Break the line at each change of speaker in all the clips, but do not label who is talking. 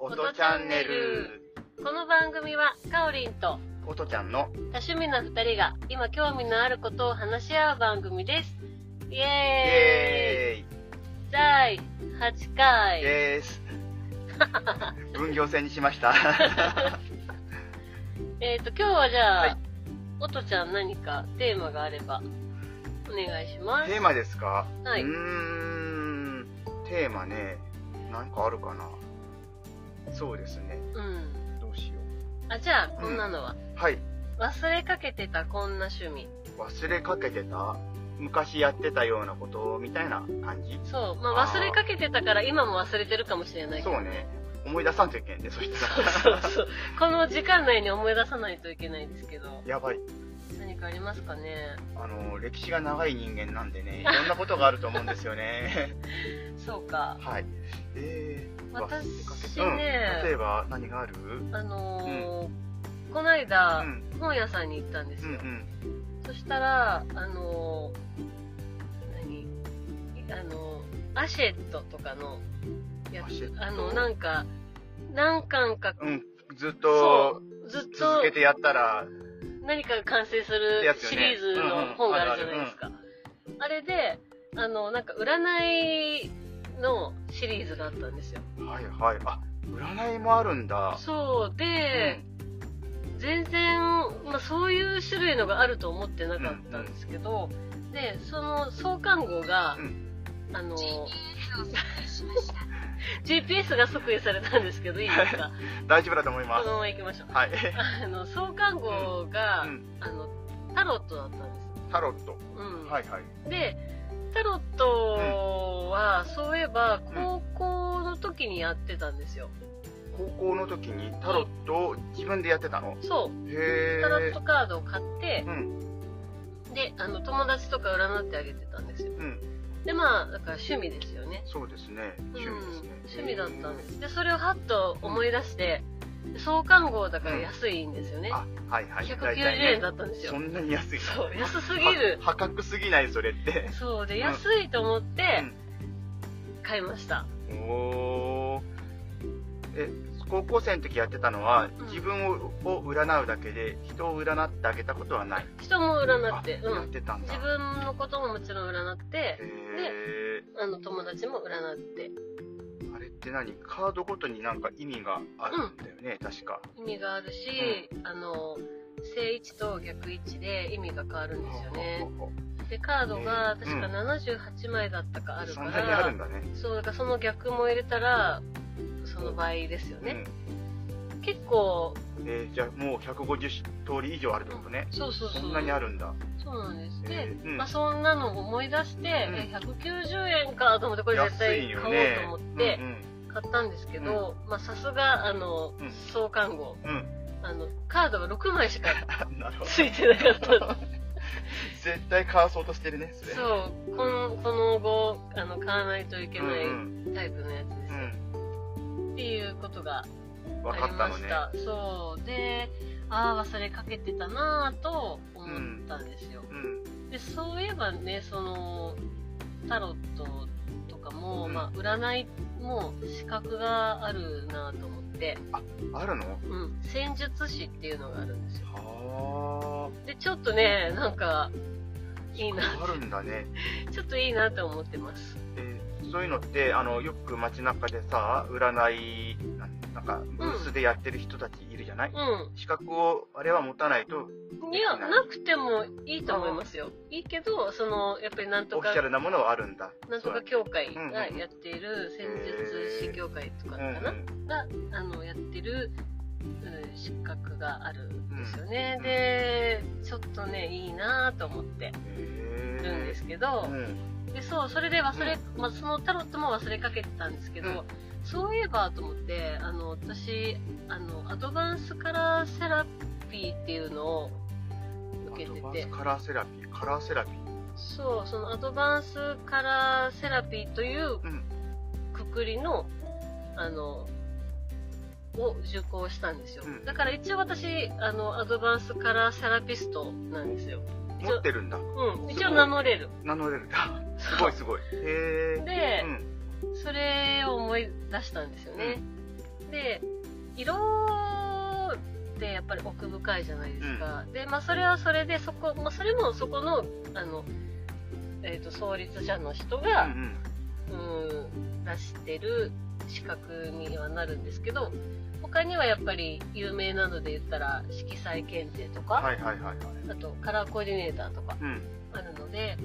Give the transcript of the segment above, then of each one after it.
音チャンネル
この番組はかおりんと
音ちゃんの
多趣味な2人が今興味のあることを話し合う番組ですイ
イ
エーイ
エ
第8
ーイ
回
です 分業制にしました
えっ、と今日はじゃあ、
はい
音ちゃん何かテーマがあればお願いします
テーマですか、
はいう
ーんテーマねなんかあるかなそうですね
うん
どうしよ
あじゃあこんなのは、
うはい
忘れかけてたこんな趣味
忘れかけてた昔やってたようなことみたいな感じ
そうまあ
あー
忘れかけてたから今も忘れてるかもしれないけど
そうね思い出さんといけんねそいつ
そう
は
そう この時間内に思い出さないといけないんですけど
やばい
何かありますかね
あの歴史が長い人間なんでねいろんなことがあると思うんですよね
そうか
はいえー、
私
うん、例
ね
えば何がある
あのーこないだ、
うん
本屋さんに行ったんです
うんう
よ、
ん
そしたらあのー何あのーアシェットとかのや
アシェッ
つ
ト
あのなんか何巻か
うんずっ
そ
と
うずっ
続
と
けてやったら
何かが完成す
って
る
やつよ
シ
ね
リーズの本があるじゃないですか。あれで、あの、なんか占いのシリーズがあったんですよ。
はいはいあ占いもあるんだ
そう、で、全然、まあそういう種類のがあると思ってなかったんですけど、で、その創刊号が、
う
あ
GPS を
の、
設定し ました
GPS が即位されたんですけど、いいですか
うん、大丈夫だと思いま
こ
す
のまま行きましょう。
はい
あの、創刊号が、
うん
あの、タロットだったんです。
タロット
うん。
はいはい
でタロットは、そういえば高校の時にやってたんですよ、
高校の時にタロットを自分でやってたの
そう
へえ
タロットカードを買って
うん
であの友達とか占ってあげてたんですよ
うん
でまあだから趣味ですよね
そうですね
うん
趣味ですね、
趣味だったんですでそれをはっと思い出して創刊号だから安いんですよね、
あはいはい大体
190
ね
円だったんですよ、
そんなに安い
そう安すぎる
は破格すぎないそれって
そうで安いと思って買いました、
おーえ高校生の時やってたのは、
うん
自分をを占うだけで人を占ってあげたことはない
人も占って、
あ
う
やっ
ん、
てたんだ
自分のことももちろん占って
へ
あの友達も占って
ーあれって何カードごとになんか意味があるんだよね、確か
意味があるし、あの正位置と逆位置で意味が変わるんですよね
ほうほうほう
でカードが
うん
確か78枚だったかある
そ
か
んなにあ
ら、
るんだね
そうだからその逆も入れたらその倍ですよね、結構
うんえーじゃあもう150通り以上あるってことね、
そうそうそう
そんなにあるんだ
そうなんですで、
えーうん
まあ、そんなのを思い出して、え190円かと思ってこれ絶対買おうと思って
うん
買ったんですけど、まあさすがあの
うん
創刊号
うんうん
あのカードが6枚しか
あ なるほど
ついてなかったの
絶対買わそうとしてるねそれ
そうこのこの後あの買わないといけない
うん
タイプのやつで
う
す、
ん
っていうことが
うん、分
あ
か
り
った
ま
の
し
ね
たそうでああ忘れかけてたなぁと思ったんですよ、
うん
でそういえばねそのタロットとかも、
うん
まあ、占いも資格があるなぁと思って、
あるの
うん、戦術師っていうのがあるんですよ
は
でちょっとねなんかいいな
ああるんだね、
ちょっといいなと思ってます
えーそういうのってあのよく街中でさ占いなんなんかブースでやってる人たちいるじゃない、
うん
資格をあれは持たないと
いや、なくてもいいと思いますよ。いいけど、その、やっぱりなんと
オフィ
か
シャ、ルなものはあるんだ
なんと
そう
か協会
うんうん
がやっている戦術師協会とかか
だね
な、が、あの、やってる、うん資格があるんですよね。
うん
で、ちょっとね、いいなぁと思って
うんうんへ
るんですけ
ー
ど
う、ん
で、そう、それで忘れ、まあ、そのタロットも忘れかけてたんですけど、
うん
そういえばと思って、あの、私、あの、アドバンスカラーセラピーっていうのを
ア
受けて
ドバン
て
ス、カラーセラピーカラーセラピー
そう、そのアドバンスカラーセラピーという
うん
くくりの、あの、を受講したんですよ。
うん
だから一応私、あの、アドバンスカラーセラピストなんですよ。一
持
応
っ、てるんだ
うん、
すごい
一応名乗れる。
名乗れ るんだすごいすごいへえ
で
う、ん
それを思い出したんですよね。で色ってやっぱり奥深いじゃないですか、でまあそれはそれでそこ、まあ、それもそこのあの、えー、と創立者の人が、
うん
うん、出してる資格にはなるんですけど他にはやっぱり有名なので言ったら色彩検定とか、
はいはいはいはい。
あとカラーコーディネーターとか
うん。
あるので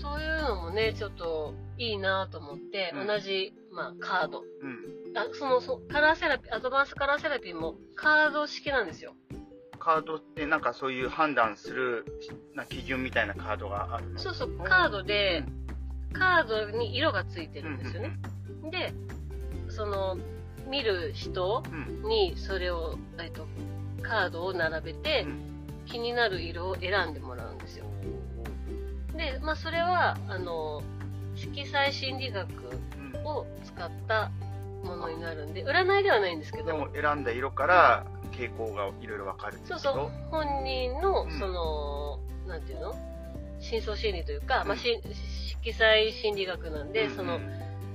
そういうのもねちょっといいなと思って、
うん
同じ、まあ、カード
うん。
あそのそカラーセラピーアドバンスカラーセラピーもカード式なんですよ
カードってなんかそういう判断するな基準みたいなカードがあるの
そうそう
おー
カードでカードに色がついてるんですよね、でその見る人
うん。うん。
にそれを、えっと、カードを並べて、
う
気になる色を選んでもらうんですよで、まあ、それはあの色彩心理学
うん
を使ったものになるんで占いではないんですけ
で
ど
も選んだ色から傾向がいろいろ分かるんですけ
そう
ど
そう本人
う
の
ん
その、なんていうの深層心理というか、ま
う
あ、
ん
し色彩心理学なんで、
うん
その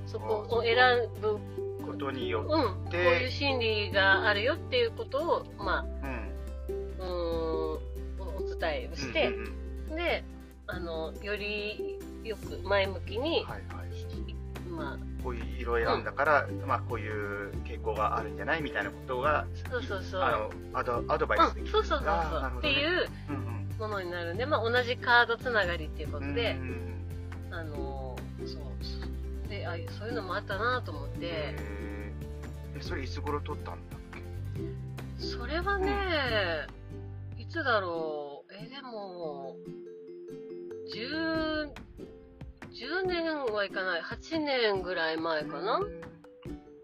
そこを選ぶ、
こと
う
に
ん、
よ
こう
で
いう心理があるよっていうことをまあ
って、うん
うーんおお伝えをして、
うんうんうん
であのよりよく前向きに、
はいはい、
まあ
こういう色選んだから、まあ、こういう傾向があるんじゃないみたいなことが
そうそうそう
あのアドアドバイスで
うん、
き
そ
る、
うそうそうそう、
あーなるほ
って
どね
いう
うんうん
ものになるんで、まあ、同じカードつながりっていうこ
う
と
ん
で
う、ん
あのそうそうであそういうのもあったなと思って、
えーえそれいつ頃撮ったんだっ
それはね、いつだろうえでも 10, 10年はいかない8年ぐらい前
け
かな、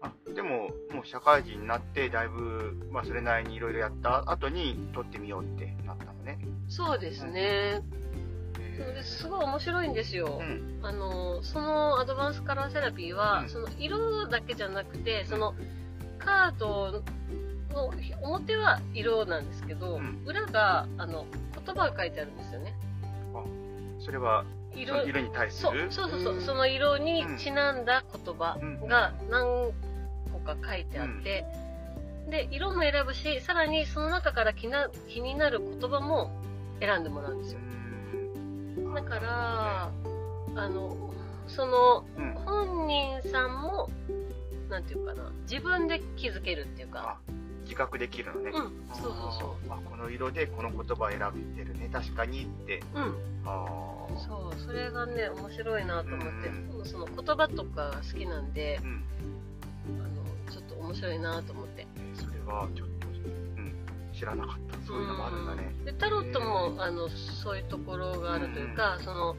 あでももう社会人になってだいぶ、まあ、それなりにいろいろやった後に撮ってみようってなったのね、
そうですね、
え
そ
ー
うですすごい面白いんですよ、
うん
あのそのアドバンスカラーセラピーは、
うん
その色だけじゃなくてそのカードの表は色なんですけど、
うん
裏があの言葉が書いてあるんですよね
それはそ
色
の色に対す
そう
る
そうそうそう、
うん
その色にちなんだ言葉が何個か書いてあって、で色も選ぶしさらにその中から気な気になる言葉も選んでもらうんですよ
うん
だからあのその
うん
本人さんもなんていうかな自分で気づけるっていうか
あ自覚できるのね、
うんそうそうそ
あこの色でこの言葉を選んでるね確かにって
ううん
あー
そうそれがね面白いなと思って、
う
その言葉とかが好きなんで
うん
あのちょっと面白いなと思って
それはちょっと、うん、知らなかったそういうのもあるんだね
うんでタロットも、あのそういうところがあるというか、その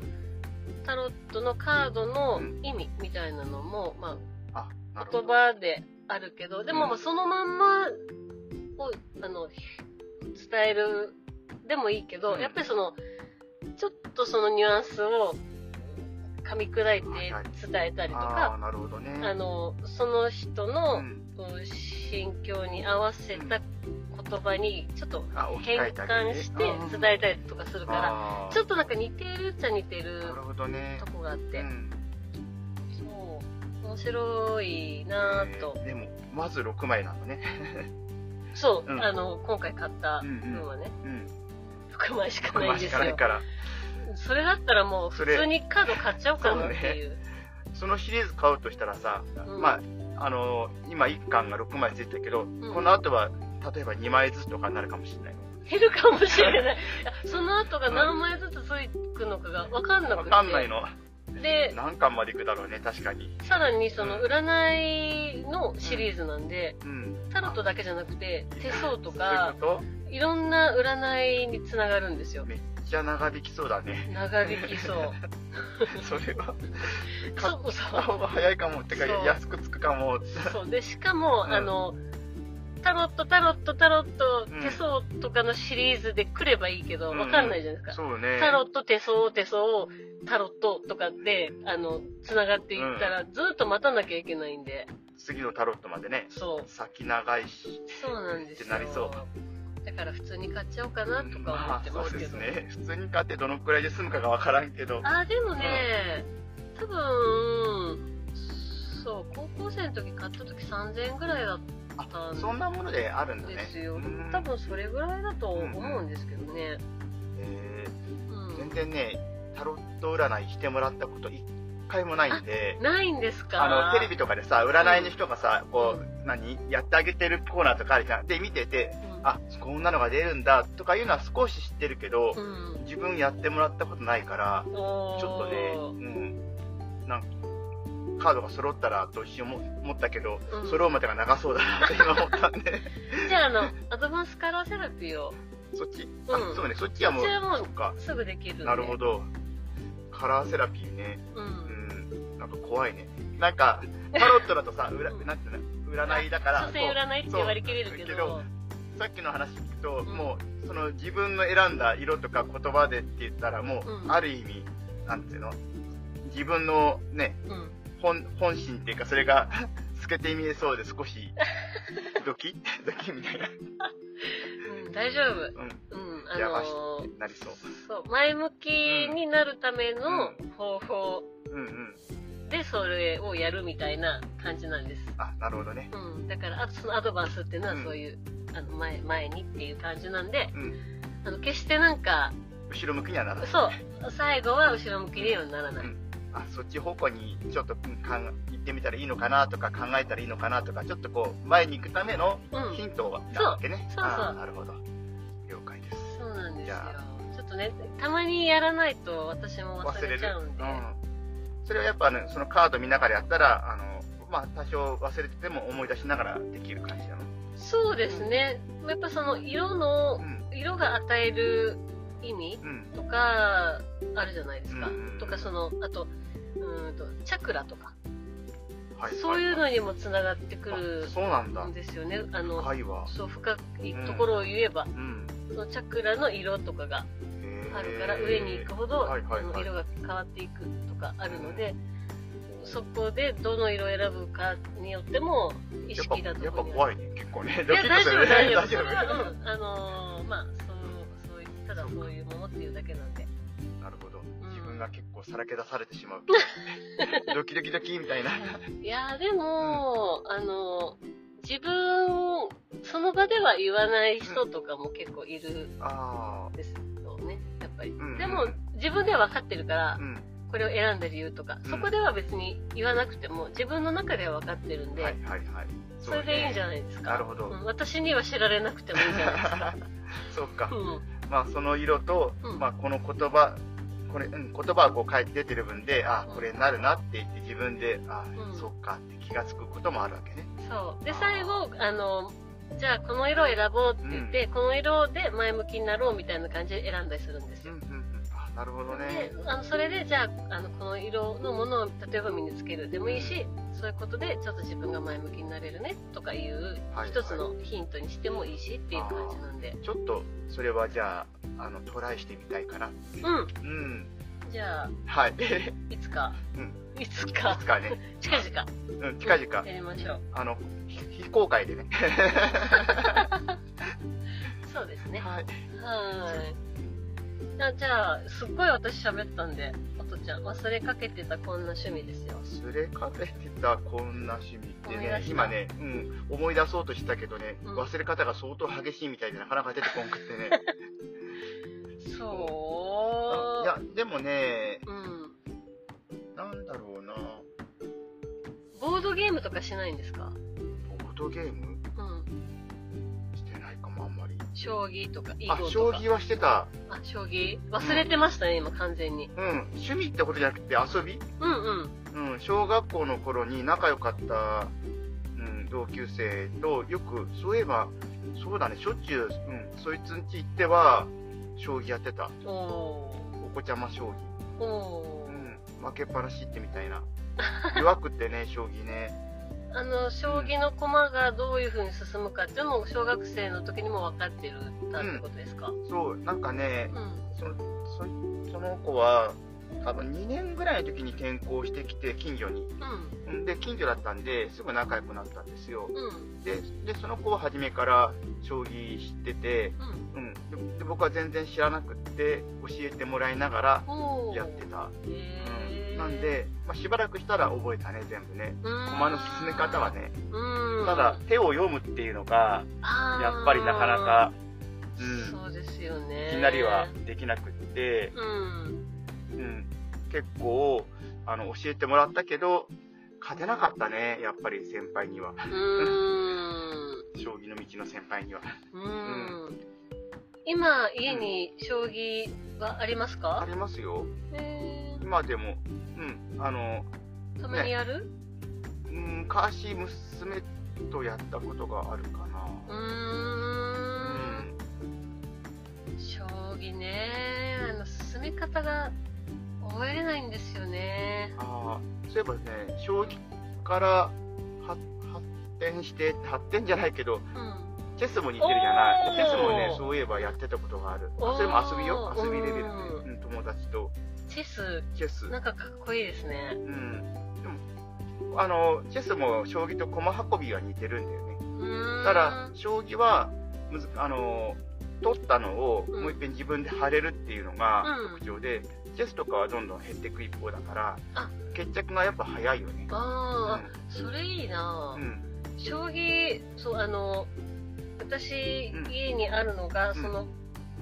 タロットのカードの意味みたいなのも、ま
あな
あ、
るほ
言
ど
葉であるけどでも、
うん
まあそのまんまをあの伝えるでもいいけど、
うん
やっぱりそのちょっとそのニュアンスを噛み砕いて伝えたりと
ああ
か
なるほどね
あのその人の、
うん
こう心境に合わせた言葉にちょっと
あ置き
変
換えたりね
換して伝えたりとかするから
あー
ちょっとなんか似てるっちゃ似てる
なるほどね
とこがあっ
う
て
ん
そう面白いなぁと
えーでもまず6枚なのね
そう
うん
あの今回買った
うんうん
分はね
うん
含ましか
6
ないん
枚
で
し
す
かない
よ
から
それだったらもう普通にカード買っちゃおうかなっていう
そのシリーズ買うとしたらさ、
うん
まああの今1巻が6枚ついてるけど、
ん
この後は例えば2枚ずつとかになるかもしれない
減るかもしれ ないその後が何枚ずつついくのかが分かんなく
わ
て
かんないの
で
何巻までいくだろうね確かに
さらにその占いのシリーズなんで、
うん
タロットだけじゃなくて手相と
そうい
か
うこ
いろんな占いにつながるんです
と
よ
めっちゃ長引きそうだ ね
長引きそう
それは買
そ
っ
う
た方が早いかもってか
そう
安くつくかも
そうそうでしかも、
うん
あのタロットタロットタロット
うん
手相とかのシリーズで来ればいいけど
うん
わかんないじゃないですか、
そうね
タロット手相手相タロットとかであのつながっていったら、ずっと待たなきゃいけないんで
次のタロットまでね
そう
先長いし
そうなんですよ
ってなりそう
だから普通に買っちゃおうかなとか思ってますけど、
まあそうですね普通に買ってどのくらいで済むかがわからんけど
あーでもね、多分そう高校生の時買った時3000円ぐらいだったん
そんなものであるんだね
ですよ、
うん
多分それぐらいだと思うんですけどね、
え
うん
ー全然ねタロット占いしてもらったこと一回もないんで
ないんですか
あのテレビとかでさ占いの人がさ、こう何やってあげてるコーナーとかあるじゃんで見てて
うん
あこんなのが出るんだとかいうのは少し知ってるけど、
うん
自分やってもらったことないから
ち
ちょ
ょ
っとね、うん、なんかカードが揃ったらと一瞬も思ったけど、
うん
揃うまでが長そうだなって今思ったんで
じゃああのアドバンスカラーセラピーを
そっち、あ
うん
そうねそっちはもう
そっちはもう
そっか
すぐできるんで
なるほどカラーセラピーね
う
うんんなんか怖いねなんかタロットだと さ裏
うん
なんていうの占いだから
所詮占いって言われきれるけ
そう
ど
こうさっきの話聞くと、
ん
もうその自分の選んだ色とか言葉でって言ったらもう、
うん
ある意味なんていうの自分のね
うん
本本心っていうかそれが 透けて見えそうで少しドキ ッドキッみたいな、
うん大丈夫
うん、
うんあ
やば
の
なりそう
そう前向きになるための方法
うんうん
でそれをやるみたいな感じなんです
あなるほどね
うん、だからあそのアドバンスっていうのは
うん
そういう、あの前前にっていう感じなんで
うん
あの決してなんか
後ろ向きにはならない
そう最後は後ろ向きにはならない、
うんあそっち方向にちょっとうんかん行ってみたらいいのかなとか考えたらいいのかなとかちょっとこう前に行くための
うん
ヒントがなわけね、
そうそうそう
あーなるほど了解です
そうなんです
じ
よ
ゃ
ちょっとねたまにやらないと私も忘れちゃうんで、
うん、それはやっぱあのそのカード見ながらやったらあのまあ多少忘れてても思い出しながらできる感じなの
そうですねやっぱその色の
うん
色が与える意味
うん
とかあるじゃないですか、
うん
とかそのあとうーんとチャクラとか、
はい
そういう
は
のにもつながってく
は
る
あそうなんだ
んですよねあの、
会話
そう深いところを言えば、
うん
そのチャクラの色とかがあるから上に行くほど、
はいはいはい
あの色が変わっていくとかあるので、そこでどの色を選ぶかによっても意
やっぱ
識だと
やっぱ
こにあ
怖
る
いね結構ね
いや大丈夫大丈夫
大丈
それは、
夫
うん、あのーまあそうそういうただそういうものっていうだけなんで
なるほど
ん
自分が結構さらけ出されてし まうドキドキドキみたいない
やーでも、あのー自分その場では言わない人とかも結構いる
あ
んですよねやっぱり、
ん
でも自分では分かってるから
あう、ん
これを選んだ理由とか、
うん
そこでは別に言わなくても自分の中では分かってるんで、
はいはいはい
それでいいんじゃ
い
ないですか
なるほど
うん私には知られなくてもいいんじゃないですか
そうか
うん
まあその色と
うん
まあこの言葉これうん言葉がこう書いて出てる分であ
うん
これになるなって言って自分であ
うん
そっかって気がつくこともあるわけね
そうで最後あのじゃあこの色を選ぼうって言って、この色で前向きになろうみたいな感じで選んだりするんです
うん
よ
う、んうんあなるほど
で
ね
あのそれでじゃああのこの色のものを例えば身につけるでもいいし、そういうことでちょっと自分が前向きになれるねとかいう
はい
一つのヒントにしてもいいしっていう感じなんで、
ちょっとそれはじゃああのトライしてみたいかな
うん
うん
じゃあ
はいい
いつか、
うん
いつか
つかね
近々
うん近々
やりましょう
あの非非公開でね
そうですねは
はい
ーいあじゃあすっごい私喋ったんでおとちゃん忘れかけてたこんな趣味ですよ
忘れかけてたこんな趣味って
思い出
ね
した
今ね、うん、思い出そうとしたけどね、
うん
忘れ方が相当激しいみたいでなかなか出てこんくってね
そう
あいやでもね
うん
なんだろうな
ボードゲームとかしないんですか
ボードゲーム
うん
してないかもあんまり
将棋とか囲碁
あ
とか
将棋はしてた
あ将棋忘れてましたね今完全に
うん趣味ってことじゃなくて遊び
うんうん
うん、小学校の頃に仲良かった、うん、同級生とよくそういえばそうだねしょっちゅう、うん、そいつんち行っては将棋やってた
お
お子ちゃま将棋、
ーお
う
ー
ん、負けっぱなしってみたいな弱くてね将棋ね
あの将棋の駒がどういう風に進むかっていうのも小学生の時にも分かってるたってことですか、
そうなんかね
うん
そそその子は多分2年ぐらいの時に転校してきて近所に
うん
んで近所だったんですぐ仲良くなったんですよ
うん
ででその子は初めから将棋知ってて、
うん
うん、でで僕は全然知らなくって教えてもらいながら
おー
やってた、う
へ
ん、
ー
なんで、まあ、しばらくしたら覚えたね全部ね駒の進め方はね
うん
ただ手を読むっていうのがや
や
っぱりなかなか、うん、
そうですよね
いきなりはできなくって、
うん
うん、結構あの教えてもらったけど勝てなかったねやっぱり先輩には
う ーん
将棋の道の先輩には
うん今家に将棋はあります
あ
か
りますよ
へー
今でもうんあの
たまにやる
うん昔娘とやったことがあるか
う
なう
ーん将棋ねあの進め方が覚えれないんですよね
あーそういえばね将棋からは発展して発展じゃないけど
うん
チェスも似てるじゃな
お
い。
ー
チェスもね、そういえばやってたことがある。
お
あ
ー
それも遊びよ。遊びレベルで、
う
うん、友達と
チェス
チェス。
なんかかっこいいですね
うん。でも、あの、チェスも将棋と駒運びは似てるんだよね。
うーん
ただ、将棋は、むずあの、取ったのをもう一遍自分で貼れるっていうのが
うん
特徴で、チェスとかはどんどん減っていく一方だから
あ、
決着がやっぱ早いよね。
ああそれいいな
う
ぁ
ん。
将棋そうあの私、
うん
家にあるのが、
ん
その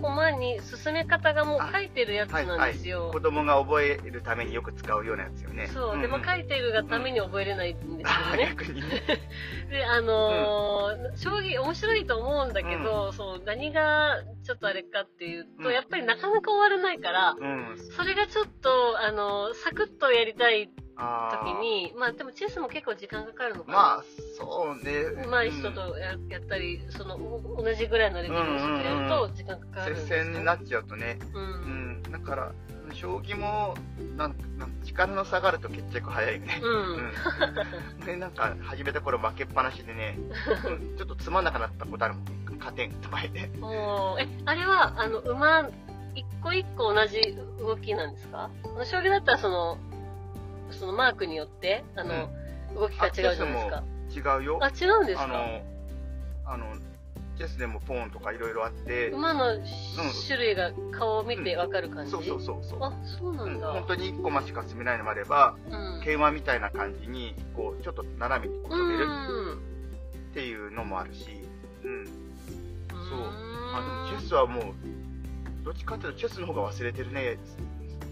駒に進め方がもう
あ
書いてるやつ
はい、は
なん
い
ですよ、。
子供が覚えるためによく使うようなやつよね。
そう、
ん
でも書いてるがために覚えれないんですよね、
逆にね。
であのー将棋面白いと思うんだけど、そう何がちょっとあれかっていうと、
うん
やっぱりなかなか終わらないから
うん。
それがちょっとあのーサクッとやりたい
あ
時
ー
にまあでもチェスも結構時間かかるのかな、
まあ、そうね。
上手い人とや,、やったりそのお同じぐらいのレベルの人とやると時間か
うん
かるんで
接
すよ
戦になっちゃうとね。
う、
うんん。だから、将棋も、なんなん力の下がると決着早いよね。
うん
うん。で、なんか、始めた頃負けっぱなし でね、うんちょっとつまんなくなったことあるもん。加点とか言って。
おーえあれはあの馬一個一個同じ動きなんですかあの将棋だったらそのそのマークによってあの、動きが違うじゃないですか
違うよ。
あ違うんですか
あの、あの、チェスでもポーンとかいろいろあって、
馬の種類が顔を見てわかる感じ、
そうそうそうそう。
あそうな
うんん
だ、
本当に1コマしか進めないのもあれば、
うん
桂馬みたいな感じにこうちょっと斜めにこう飛べる
ん
っていうのもあるし、うんそうあでもチェ
ス
スはもうどっちかっていうとチェスの方が忘れてるね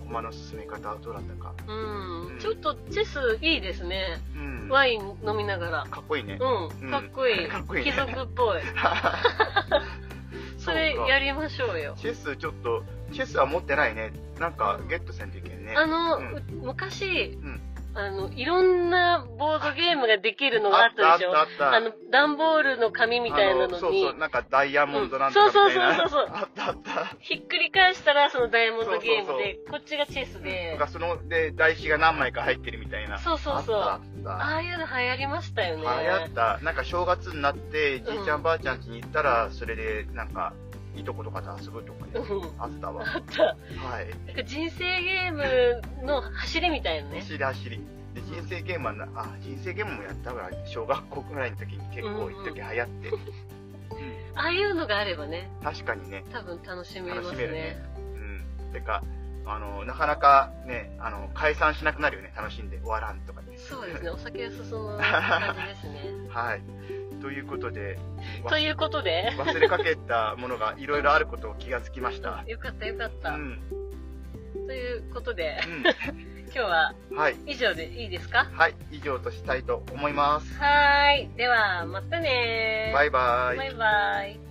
駒の進め方どうだったか、
うん、
うん
ちょっとチェスいいですね
うん、
ワイン飲みながら
かっこいいね
うん、かっこいい。
かっこいいね
貴族っ ぽい。 それ
そうか
やりましょうよ。
チェスちょっとチェスは持ってないねなんかゲットせんといけんね
あの、
うん
う昔、
ん
あの、いろんなボードゲームができるのがあったでしょ
あった
あ
あった
の、段ボールの紙みたいなの
あ
に、
そうそうなんかダイヤモンドなんとかみたいな、
うんそうそうそうそう
あったあった
ひっくり返したらそのダイヤモンドゲー
そう
ム
そう
で、こっちがチェス
なん
で
か、そので台紙が何枚か入ってるみたいな
そうそうそう
あったあった
ああいうの流行りましたよね。
流行ったなんか正月になってじいちゃ
うん
んばあちゃん家に行ったらそれでなんかいとことかと遊ぶとかね
うん
あった わ
あった。
はい
なんか人生ゲームの走りみたいなね。
走り走りで人生ゲームはなあ人生ゲームもやったから小学校ぐらいの時に結構一時流行 って、うん
ああいうのがあればね、
確かにね
多分楽しめま
楽
す
しめる
ね
ね。うんてかあのなかなかねあの解散しなくなるよね楽しんで終わらんとかね
そうですね、お酒が進む感じですね。
はいということでわ
ということで、
忘れかけたものがいろいろあることを気がつき ました
よかったよかっ
う
た。
ん、
ということで、
う
今日は
ん、はい
以上でいいですか
はい、以上としたいと思います。
はーい。では、またねー。
バイバイ。
バイバイ。